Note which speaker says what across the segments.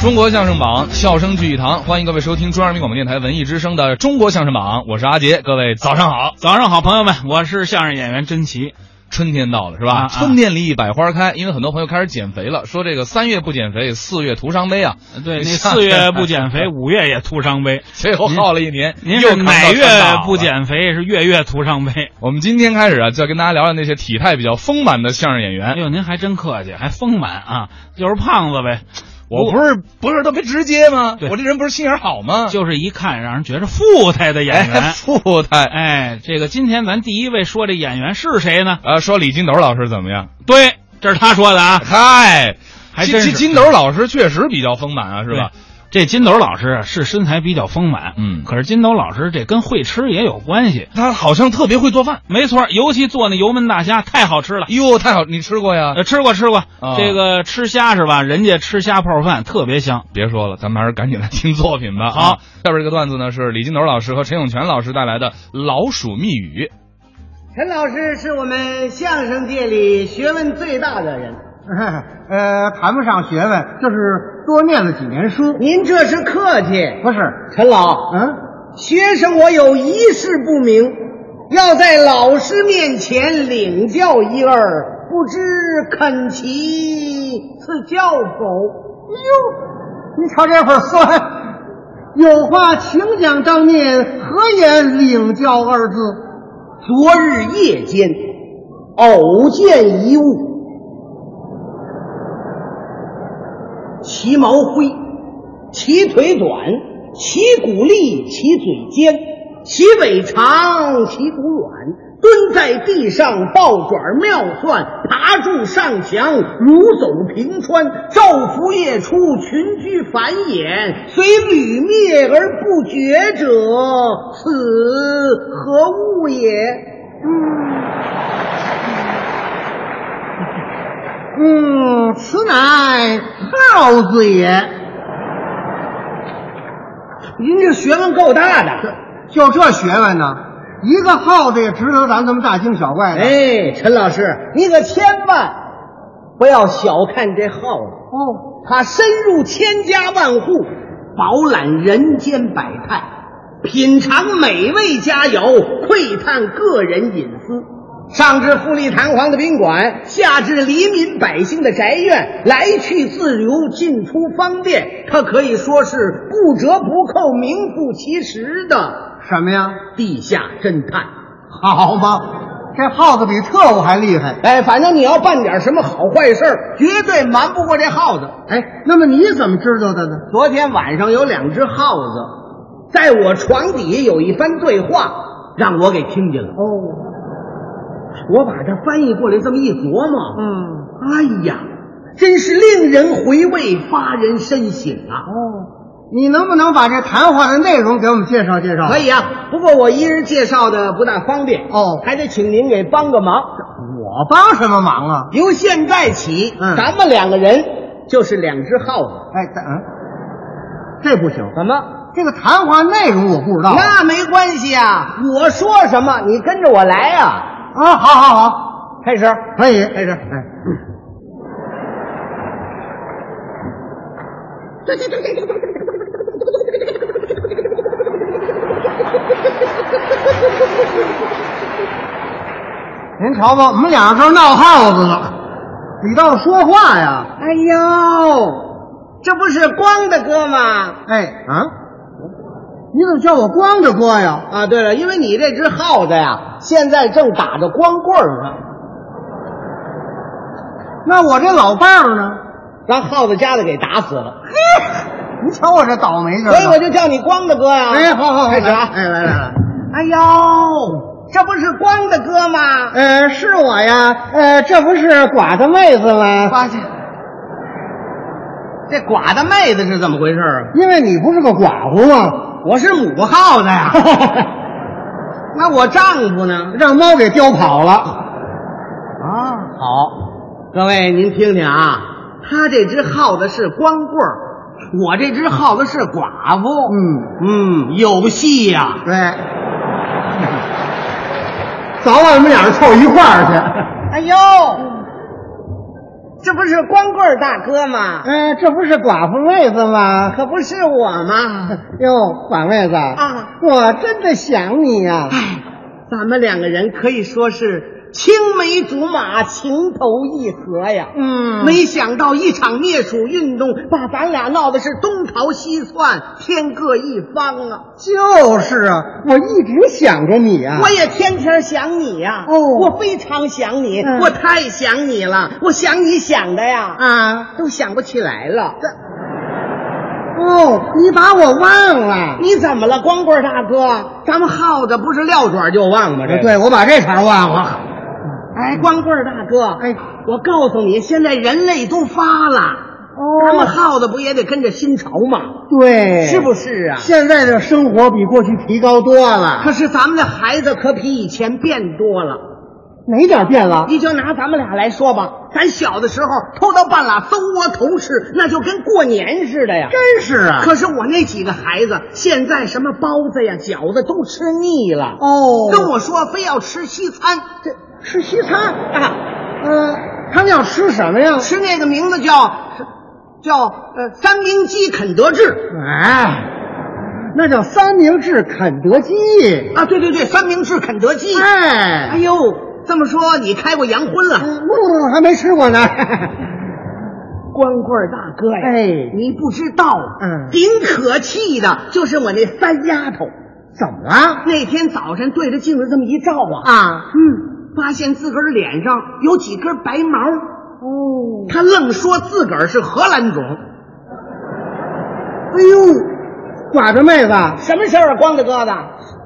Speaker 1: 中国相声榜，笑声聚一堂，欢迎各位收听中央人民广播电台文艺之声的《中国相声榜》，我是阿杰，各位早上好。
Speaker 2: 早上好，朋友们，我是相声演员甄奇。
Speaker 1: 春天到了是吧？
Speaker 2: 啊啊
Speaker 1: 春天里百花开，因为很多朋友开始减肥了，说这个三月不减肥，四月徒伤悲啊。
Speaker 2: 呃对，那
Speaker 1: 夏
Speaker 2: 四
Speaker 1: 天
Speaker 2: 月不减 肥，五月也徒伤悲。
Speaker 1: 最后耗了一年，
Speaker 2: 您
Speaker 1: 又
Speaker 2: 是
Speaker 1: 扛到
Speaker 2: 哪
Speaker 1: 川
Speaker 2: 月
Speaker 1: 大了
Speaker 2: 不。减肥，是月月徒伤悲。
Speaker 1: 我们今天开始啊，就要跟大家聊聊那些体态比较丰满的相声演
Speaker 2: 哎
Speaker 1: 员。
Speaker 2: 呦，您还真客气，还丰满啊，就是胖子呗，
Speaker 1: 我不是不是特别直接吗？
Speaker 2: 对
Speaker 1: 我这人不是心眼好吗？
Speaker 2: 就是一看让人觉着富态的演
Speaker 1: 哎，
Speaker 2: 员。
Speaker 1: 富态。
Speaker 2: 哎，这个今天咱第一位说这演员是谁呢？
Speaker 1: 呃，说李金斗老师怎么样？
Speaker 2: 对，这是他说的啊，
Speaker 1: 嗨，
Speaker 2: 还
Speaker 1: 金
Speaker 2: 真是
Speaker 1: 金金斗老师确实比较丰满啊，是吧？
Speaker 2: 这金斗老师是身材比较丰满，
Speaker 1: 嗯
Speaker 2: 可是金斗老师这跟会吃也有关系。
Speaker 1: 他好像特别会做饭。
Speaker 2: 没错，尤其做那油焖大虾太好吃了。
Speaker 1: 哟，太好，你吃过呀？
Speaker 2: 呃，吃过吃过，
Speaker 1: 啊
Speaker 2: 这个吃虾是吧？人家吃虾泡饭特别香。
Speaker 1: 别说了，咱们还是赶紧来听作品吧。
Speaker 2: 好
Speaker 1: 啊，下边这个段子呢是李金斗老师和陈永泉老师带来的《老鼠密语》。
Speaker 3: 陈老师是我们相声界里学问最大的人。
Speaker 4: 呃，谈不上学问，就是多念了几年书。
Speaker 3: 您这是客气，
Speaker 4: 不是，
Speaker 3: 陈老，
Speaker 4: 嗯，
Speaker 3: 学生我有一事不明，要在老师面前领教一二，不知肯其赐教否？
Speaker 4: 哟，你瞧这份酸，有话请讲当面，何言领教二字？
Speaker 3: 昨日夜间偶见一物，其毛灰，其腿短，其骨立，其嘴尖，其尾长，其骨软，蹲在地上抱爪妙算，爬柱上墙，如走平川，昼伏夜出，群居繁衍，虽屡灭而不绝者，此何物也？
Speaker 4: 嗯，此乃耗子也。
Speaker 3: 您这学问够大的。
Speaker 4: 就这学问呢，一个耗子也值得咱这么大惊小怪的。
Speaker 3: 哎，陈老师，你可千万不要小看这耗子，
Speaker 4: 哦，
Speaker 3: 它深入千家万户，饱览人间百态，品尝美味佳肴，窥探个人隐私。上至富丽堂皇的宾馆，下至黎民百姓的宅院，来去自如，进出方便。它可以说是不折不扣、名副其实的
Speaker 4: 什么呀？
Speaker 3: 地下侦探。
Speaker 4: 好嘛，这耗子比特务还厉害。
Speaker 3: 哎，反正你要办点什么好坏事儿，绝对瞒不过这耗子。
Speaker 4: 哎，那么你怎么知道的呢？
Speaker 3: 昨天晚上有两只耗子，在我床底下有一番对话，让我给听见了。
Speaker 4: 哦，
Speaker 3: 我把它翻译过来，这么一琢磨，
Speaker 4: 嗯，
Speaker 3: 哎呀，真是令人回味，发人深省啊！
Speaker 4: 哦，你能不能把这谈话的内容给我们介绍介绍？
Speaker 3: 可。以啊，不过我一人介绍的不大方便
Speaker 4: 哦
Speaker 3: 还得请您给帮个忙。
Speaker 4: 我帮什么忙啊？
Speaker 3: 由现在起，
Speaker 4: 嗯
Speaker 3: 咱们两个人就是两只耗子。
Speaker 4: 哎，这嗯，这不行。
Speaker 3: 怎么？
Speaker 4: 这个谈话内容我不知道。啊
Speaker 3: 那没关系啊，我说什么你跟着我来啊。
Speaker 4: 啊，好好好，
Speaker 3: 开始，
Speaker 4: 可以。哎，这哎，您瞧吧，我们俩这儿闹耗子了。你倒是说话呀！
Speaker 3: 哎呦，这不是光大哥吗？
Speaker 4: 哎啊，你怎么叫我光着哥呀？
Speaker 3: 啊，对了，因为你这只耗子呀，现在正打着光棍儿呢，
Speaker 4: 那我这老伴儿呢？
Speaker 3: 让耗子家的给打死了，
Speaker 4: 你瞧我这倒霉劲儿
Speaker 3: 所
Speaker 4: 的。
Speaker 3: 以我就叫你光大哥呀。
Speaker 4: 哎，好好好，
Speaker 3: 开始啊！
Speaker 4: 哎，来来来，
Speaker 3: 哎呦，这不是光大哥吗？
Speaker 4: 呃，是我呀，呃，这不是寡的妹子吗？
Speaker 3: 发现这寡的妹子是怎么回事啊？
Speaker 4: 因为你不是个寡妇吗？
Speaker 3: 我是母耗子 呀，那我丈夫呢？
Speaker 4: 让猫给叼跑了。
Speaker 3: 啊，好，各位您听听啊，他这只耗子是光棍儿，我这只耗子是寡妇。
Speaker 4: 嗯，
Speaker 3: 嗯，有戏呀、
Speaker 4: 对。早晚我们俩人凑一块儿去。
Speaker 3: 哎呦，这不是光棍儿大哥吗？
Speaker 5: 哎，这不是寡妇妹子吗？
Speaker 3: 可不是我吗？
Speaker 5: 哟，寡妹子
Speaker 3: 啊，哎
Speaker 5: 我真的想你呀、
Speaker 3: 咱们两个人可以说是青梅竹马，情投意合呀。
Speaker 5: 嗯
Speaker 3: 没想到一场灭鼠运动把咱俩闹的是东逃西窜，天各一方啊！
Speaker 5: 就是啊，我一直想着你呀、
Speaker 3: 我也天天想你呀、
Speaker 5: 哦
Speaker 3: 我非常想你，
Speaker 5: 嗯
Speaker 3: 我太想你了，我想你想的呀，
Speaker 5: 啊，
Speaker 3: 都想不起来了。
Speaker 5: 哦，你把我忘了。
Speaker 3: 你怎么了，光棍大哥？咱们耗子不是撂爪就忘吗？这
Speaker 5: 对，我把这茬忘了。
Speaker 3: 哎，光棍大哥，
Speaker 5: 哎，
Speaker 3: 我告诉你，现在人类都发了，咱们
Speaker 5: 哦，
Speaker 3: 耗子不也得跟着新潮吗？
Speaker 5: 对，
Speaker 3: 是不是啊？
Speaker 5: 现在的生活比过去提高多了，
Speaker 3: 可是咱们的孩子可比以前变多了。
Speaker 5: 哪点变了？
Speaker 3: 你就拿咱们俩来说吧，咱小的时候偷到半拉蜂窝头吃，那就跟过年似的呀。
Speaker 5: 真是啊
Speaker 3: 可是我那几个孩子现在什么包子呀、饺子都吃腻了，
Speaker 5: 哦，
Speaker 3: 跟我说非要吃西餐，这
Speaker 5: 吃西餐，
Speaker 3: 啊，
Speaker 5: 呃，他们要吃什么呀？
Speaker 3: 吃那个名字叫叫呃三明鸡肯德基
Speaker 5: 哎，那叫三明治肯德基。
Speaker 3: 啊，对对对，三明治肯德基。哎
Speaker 5: 哎，
Speaker 3: 呦，这么说你开过洋荤
Speaker 5: 嗯
Speaker 3: 了，
Speaker 5: 我还没吃过呢。
Speaker 3: 光棍大哥呀！
Speaker 5: 哎
Speaker 3: 你不知道啊，
Speaker 5: 嗯
Speaker 3: 顶可气的就是我那三丫头。
Speaker 5: 怎么了？
Speaker 3: 那天早晨对着镜子这么一照啊，
Speaker 5: 啊，
Speaker 3: 嗯，发现自个儿脸上有几根白毛。哦，她愣说自个儿是荷兰种。
Speaker 5: 哎呦，寡着妹子，
Speaker 3: 什么事儿啊，光大哥子？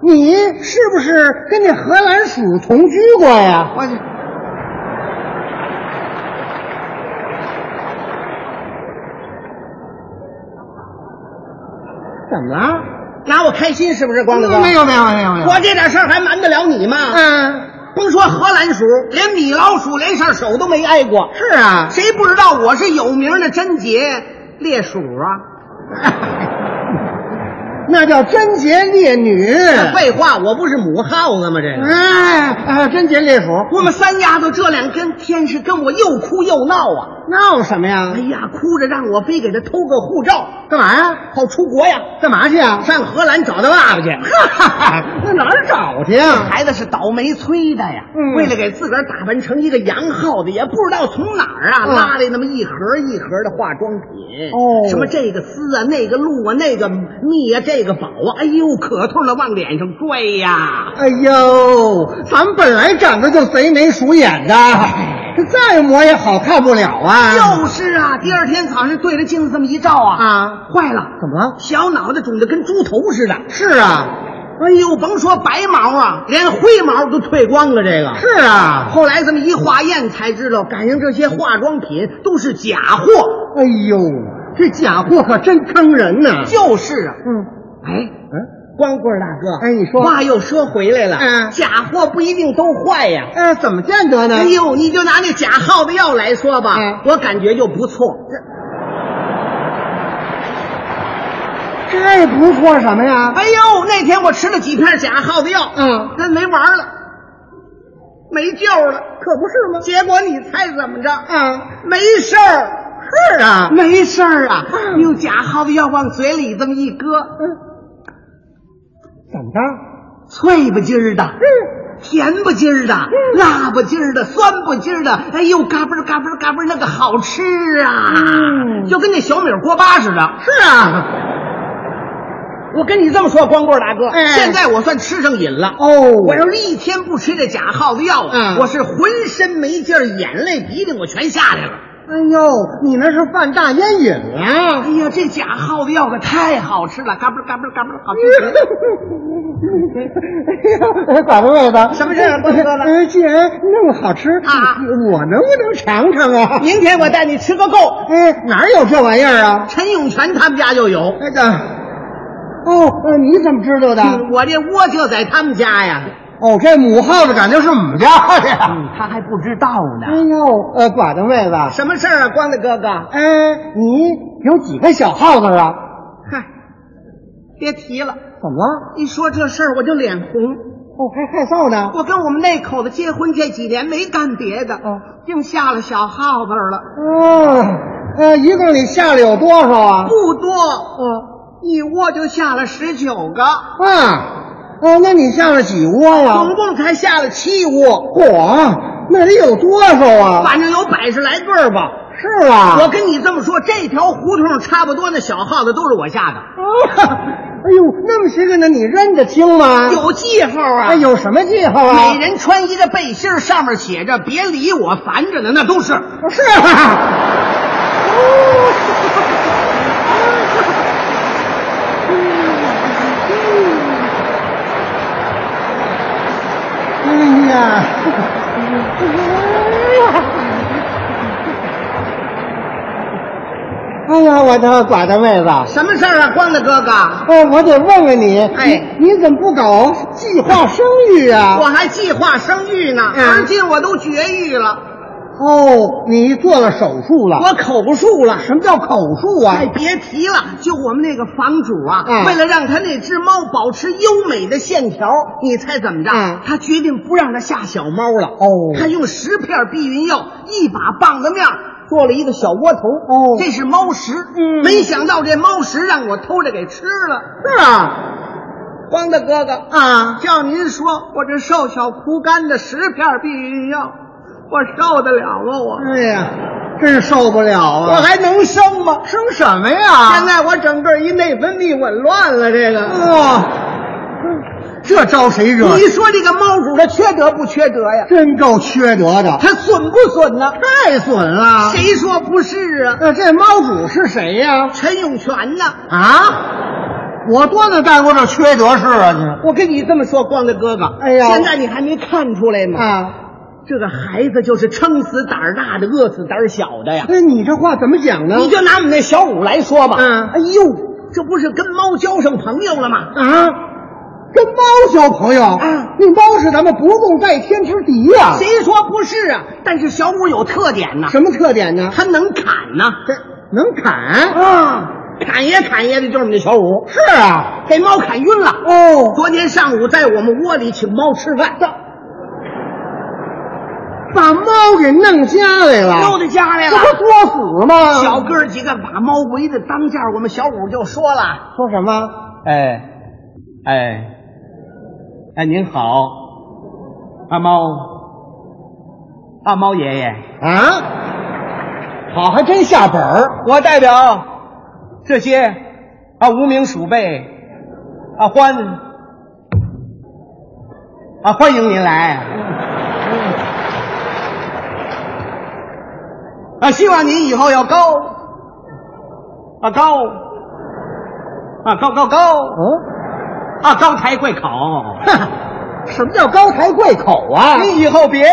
Speaker 5: 你是不是跟那荷兰鼠同居过呀？
Speaker 3: 我去。
Speaker 5: 怎么了？
Speaker 3: 拿我开心是不是，光大哥？
Speaker 5: 没有没有没有没有。
Speaker 3: 我这点事儿还瞒得了你吗？
Speaker 5: 嗯，
Speaker 3: 甭说荷兰鼠，连米老鼠连上手都没挨过。
Speaker 5: 是啊，
Speaker 3: 谁不知道我是有名的贞洁烈鼠啊？
Speaker 5: 那叫贞洁烈女。
Speaker 3: 废话，我不是母耗子吗？这个，
Speaker 5: 哎，哎，贞洁烈鼠，
Speaker 3: 我们三丫头这两根天是跟我又哭又闹啊！
Speaker 5: 闹什么呀
Speaker 3: 哎？呀，哭着让我非给她偷个护照，
Speaker 5: 哎干嘛呀？
Speaker 3: 好出国呀，
Speaker 5: 干嘛去啊？
Speaker 3: 上荷兰找她爸爸去。
Speaker 5: 那哪儿找去啊？
Speaker 3: 孩子是倒霉催的呀，
Speaker 5: 嗯
Speaker 3: 为了给自个儿打扮成一个洋耗子，也不知道从哪儿啊、
Speaker 5: 嗯
Speaker 3: 拉来那么一盒一盒的化妆品，
Speaker 5: 哦
Speaker 3: 什么这个丝啊，那个露啊，那个蜜啊，这个宝啊，哎呦，可痛了，往脸上拽呀！
Speaker 5: 哎呦，咱们本来长得就贼眉鼠眼的，这再磨也好看不了啊。
Speaker 3: 就是啊，第二天早上对着镜子这么一照啊，
Speaker 5: 啊，
Speaker 3: 坏了，
Speaker 5: 怎么了？
Speaker 3: 小脑袋肿得跟猪头似的，
Speaker 5: 是啊，
Speaker 3: 哎呦，甭说白毛啊，连灰毛都退光了，这个。
Speaker 5: 是啊。
Speaker 3: 后来这么一化验才知道，感情这些化妆品都是假货。
Speaker 5: 哎呦，这假货可真坑人呐。
Speaker 3: 就是啊，
Speaker 5: 嗯
Speaker 3: 哎，
Speaker 5: 嗯，
Speaker 3: 光棍大哥，
Speaker 5: 哎你说
Speaker 3: 话又说回来了，
Speaker 5: 嗯
Speaker 3: 假货不一定都坏呀。
Speaker 5: 呃，怎么见得呢？
Speaker 3: 哎呦，你就拿那假耗子药来说吧，
Speaker 5: 嗯
Speaker 3: 我感觉就不错。
Speaker 5: 这不错什么呀？
Speaker 3: 哎呦，那天我吃了几片假耗子药，
Speaker 5: 嗯，
Speaker 3: 那没玩了，没救了，可不是吗？结果你猜怎么着？
Speaker 5: 啊，
Speaker 3: 没事儿，
Speaker 5: 是啊，
Speaker 3: 没事儿啊，用假耗子药往嘴里这么一搁，
Speaker 5: 怎么着？
Speaker 3: 脆不筋儿的，甜不筋儿的，辣不筋儿的，酸不筋儿的，哎呦，嘎嘣儿嘎嘣儿嘎嘣儿，那个好吃啊，
Speaker 5: 嗯
Speaker 3: 就跟那小米锅巴似的。
Speaker 5: 是啊，
Speaker 3: 我跟你这么说，光棍大哥，
Speaker 5: 哎
Speaker 3: 现在我算吃上瘾了。
Speaker 5: 哦，
Speaker 3: 我要是一天不吃这假耗子药啊，
Speaker 5: 嗯
Speaker 3: 我是浑身没劲儿，眼泪鼻涕我全下来了。
Speaker 5: 哎呦，你那是犯大烟瘾了。
Speaker 3: 哎呀，这假耗子药可太好吃了，嘎嘣儿嘎嘣儿嘎嘣儿，好吃死了。
Speaker 5: 哎， 寡妇妹子，
Speaker 3: 什么事儿啊不说了
Speaker 5: 呃，既然那么好吃
Speaker 3: 啊
Speaker 5: 我能不能尝尝啊？
Speaker 3: 明天我带你吃个够。
Speaker 5: 哎，哪儿有这玩意儿啊？
Speaker 3: 陈永泉他们家就有，
Speaker 5: 那个，哦，呃，你怎么知道的？
Speaker 3: 嗯我这窝就在他们家呀。
Speaker 5: 哦，这母耗子感情是我们家的呀。
Speaker 3: 嗯，他还不知道
Speaker 5: 哎
Speaker 3: 呢。
Speaker 5: 呦，呃，寡妇妹子，
Speaker 3: 什么事儿啊，光子哥哥？
Speaker 5: 呃，你有几个小耗子啊？
Speaker 3: 嗨，别提了，
Speaker 5: 怎么了？
Speaker 3: 一说这事儿我就脸红。
Speaker 5: 哦，还害臊呢？
Speaker 3: 我跟我们那口子结婚这几年没干别的，
Speaker 5: 哦
Speaker 3: 净下了小号边了，
Speaker 5: 哦，呃，一共你下了有多少啊？
Speaker 3: 不多，
Speaker 5: 哦
Speaker 3: 嗯，一窝就下了十九个，
Speaker 5: 啊，哦，那你下了几窝哎呀？
Speaker 3: 总共才下了七窝，
Speaker 5: 嚯，那得有多少啊？
Speaker 3: 反正有百十来对儿吧。
Speaker 5: 是啊，
Speaker 3: 我跟你这么说，这条胡同差不多那小耗子都是我下
Speaker 5: 啊
Speaker 3: 的，
Speaker 5: 哎呦，那么些个呢，你认得清吗？
Speaker 3: 有记号啊。
Speaker 5: 哎，有什么记号啊？
Speaker 3: 每人穿一个背心儿，上面写着“别理我，烦着呢”，那都是。
Speaker 5: 是啊。哎呀，哎呀，我的寡的妹子，
Speaker 3: 什么事儿啊，光子哥哥？
Speaker 5: 哎，我得问问你，
Speaker 3: 哎
Speaker 5: 你你怎么不搞计划生育啊
Speaker 3: 我？还计划生育呢，
Speaker 5: 嗯
Speaker 3: 而今我都绝育了，
Speaker 5: 哦，你做了手术了？
Speaker 3: 我口述了。
Speaker 5: 什么叫口述啊
Speaker 3: 哎，？别提了，就我们那个房主啊，
Speaker 5: 嗯
Speaker 3: 为了让他那只猫保持优美的线条，你猜怎么着？
Speaker 5: 嗯
Speaker 3: 他决定不让它下小猫了。
Speaker 5: 哦
Speaker 3: 他用十片避孕药，一把棒子面儿做了一个小窝头。
Speaker 5: 哦
Speaker 3: 这是猫食。
Speaker 5: 嗯
Speaker 3: 没想到这猫食让我偷着给吃了。
Speaker 5: 是啊，
Speaker 3: 光大哥哥啊，叫您说，我这瘦小枯干的十片避孕药，我受得了吗？我、
Speaker 5: 哎呀，真受不了啊！
Speaker 3: 我还能生吗？
Speaker 5: 生什么呀？
Speaker 3: 现在我整个一内分泌紊乱了，这个。
Speaker 5: 嗯哇，哦这招谁惹？
Speaker 3: 你说这个猫主他缺德不缺德呀？
Speaker 5: 真够缺德的，
Speaker 3: 他损不损呢？
Speaker 5: 太损了！
Speaker 3: 谁说不是啊？
Speaker 5: 呃，这猫主是谁呀？
Speaker 3: 陈永泉呢？
Speaker 5: 啊，我多能干过这缺德事啊！你
Speaker 3: 我跟你这么说，光大哥哥，
Speaker 5: 哎呀
Speaker 3: 现在你还没看出来吗？
Speaker 5: 啊，
Speaker 3: 这个孩子就是撑死胆儿大的，饿死胆儿小的呀。
Speaker 5: 那哎你这话怎么讲呢？
Speaker 3: 你就拿我们那小五来说吧，
Speaker 5: 嗯
Speaker 3: 哎呦，这不是跟猫交上朋友了吗？
Speaker 5: 啊，跟猫交朋友
Speaker 3: 啊
Speaker 5: 那猫是咱们不共戴天之敌呀、
Speaker 3: 谁说不是啊？但是小五有特点呢，
Speaker 5: 什么特点呢？
Speaker 3: 他能砍呢，
Speaker 5: 这能砍？
Speaker 3: 啊，砍也砍也得就是我们这小五，
Speaker 5: 是啊，
Speaker 3: 给猫砍晕了。
Speaker 5: 哦，
Speaker 3: 昨天上午在我们窝里请猫吃饭，啊
Speaker 5: 把猫给弄家来
Speaker 3: 溜
Speaker 5: 了，嗯
Speaker 3: 到家来
Speaker 5: 这
Speaker 3: 了。
Speaker 5: 不作死吗？
Speaker 3: 小哥儿几个把猫围着当间儿，我们小五就说了
Speaker 5: 说什么？
Speaker 2: 哎，哎，哎，您好，阿猫，阿猫爷爷，
Speaker 5: 啊？好，还真下本 儿。
Speaker 2: 我代表这些啊无名鼠辈啊欢啊欢迎您来啊，希望您以后要高啊高啊高高高
Speaker 5: 嗯，
Speaker 2: 啊高抬贵口。
Speaker 5: 哈，什么叫高抬贵口啊？
Speaker 2: 你以后别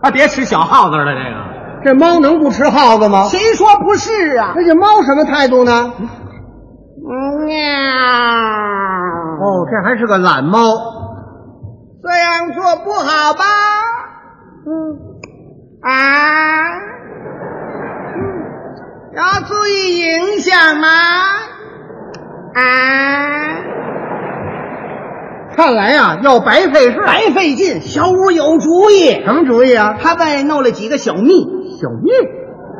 Speaker 2: 啊，别吃小耗子了，这个
Speaker 5: 这猫能不吃耗子吗？
Speaker 3: 谁说不是啊？
Speaker 5: 那这猫什么态度呢？
Speaker 3: 喵，
Speaker 5: 哦，这还是个懒猫。
Speaker 3: 这样做不好吧？嗯，啊，要注意影响吗？啊。
Speaker 5: 看来啊，要白费事。
Speaker 3: 白费劲，小五有主意，
Speaker 5: 什么主意啊？
Speaker 3: 他外弄了几个小蜜。
Speaker 5: 小蜜？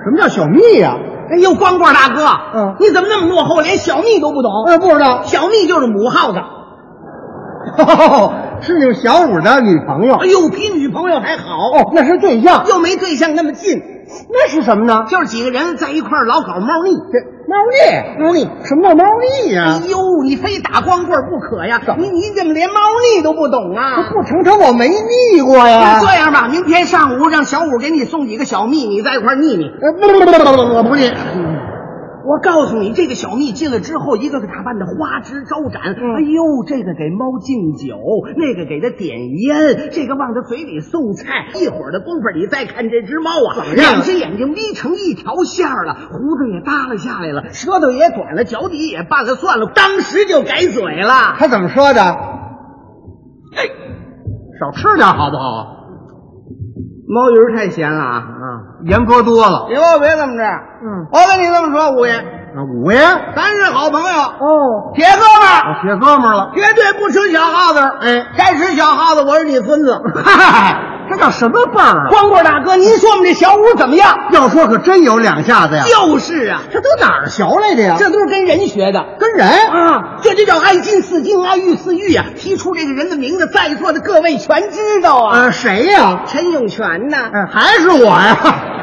Speaker 5: 什么叫小蜜呀、
Speaker 3: 哎呦，光棍大哥，
Speaker 5: 嗯
Speaker 3: 你怎么那么落后，连小蜜都不懂？
Speaker 5: 我也不知道。
Speaker 3: 小蜜就是母耗子，
Speaker 5: 哦，是你们小五的女朋友
Speaker 3: 哎。呦，比女朋友还好，
Speaker 5: 哦，那是对象。
Speaker 3: 又没对象那么近，
Speaker 5: 那是什么呢？
Speaker 3: 就是几个人在一块儿老搞猫腻。
Speaker 5: 这啊猫腻，猫腻，什么叫猫腻呀、
Speaker 3: 哎呦，你非打光棍不可呀！你你怎么连猫腻都不懂啊？
Speaker 5: 不啊成成我没腻过呀
Speaker 3: 那。这样吧，明天上午让小五给你送几个小蜜，你在一块儿腻腻。
Speaker 5: 呃不不不不不，我不腻。
Speaker 3: 我告诉你，这个小蜜进来之后，一个个打扮的花枝招展。哎呦，这个给猫敬酒，那个给它点烟，这个往它嘴里送菜。一会儿的功夫，你再看这只猫啊，
Speaker 5: 样
Speaker 3: 两只眼睛眯成一条线儿了，胡子也耷拉下来了，舌头也短了，脚底也拌了蒜了，当时就改嘴了。
Speaker 5: 他怎么说的？少吃点好不好？
Speaker 3: 猫鱼太咸了啊！啊，
Speaker 5: 盐波多了。
Speaker 3: 以后别这么着。嗯，我跟你这么说，五爷，
Speaker 5: 嗯，啊，五爷，
Speaker 6: 咱是好朋友，
Speaker 5: 哦，
Speaker 6: 铁哥们儿，
Speaker 5: 铁哥们儿了，
Speaker 6: 绝对不吃小耗子。
Speaker 5: 哎，
Speaker 6: 该吃小耗子，我是你孙 子。
Speaker 5: 嗨，这叫什么辈儿啊？
Speaker 3: 光棍大哥，您说我们这小五怎么样？
Speaker 5: 要说可真有两下子哎呀，
Speaker 3: 就是啊，
Speaker 5: 这都哪儿啊哎学来的呀？
Speaker 3: 这都是跟人学的。
Speaker 5: 跟人
Speaker 3: 啊，这就叫爱金似金，爱玉似玉啊！提出这个人的名字，在座的各位全知道啊。
Speaker 5: 呃，谁呀？呃
Speaker 3: 陈永泉呐、
Speaker 5: 哎，还是我呀。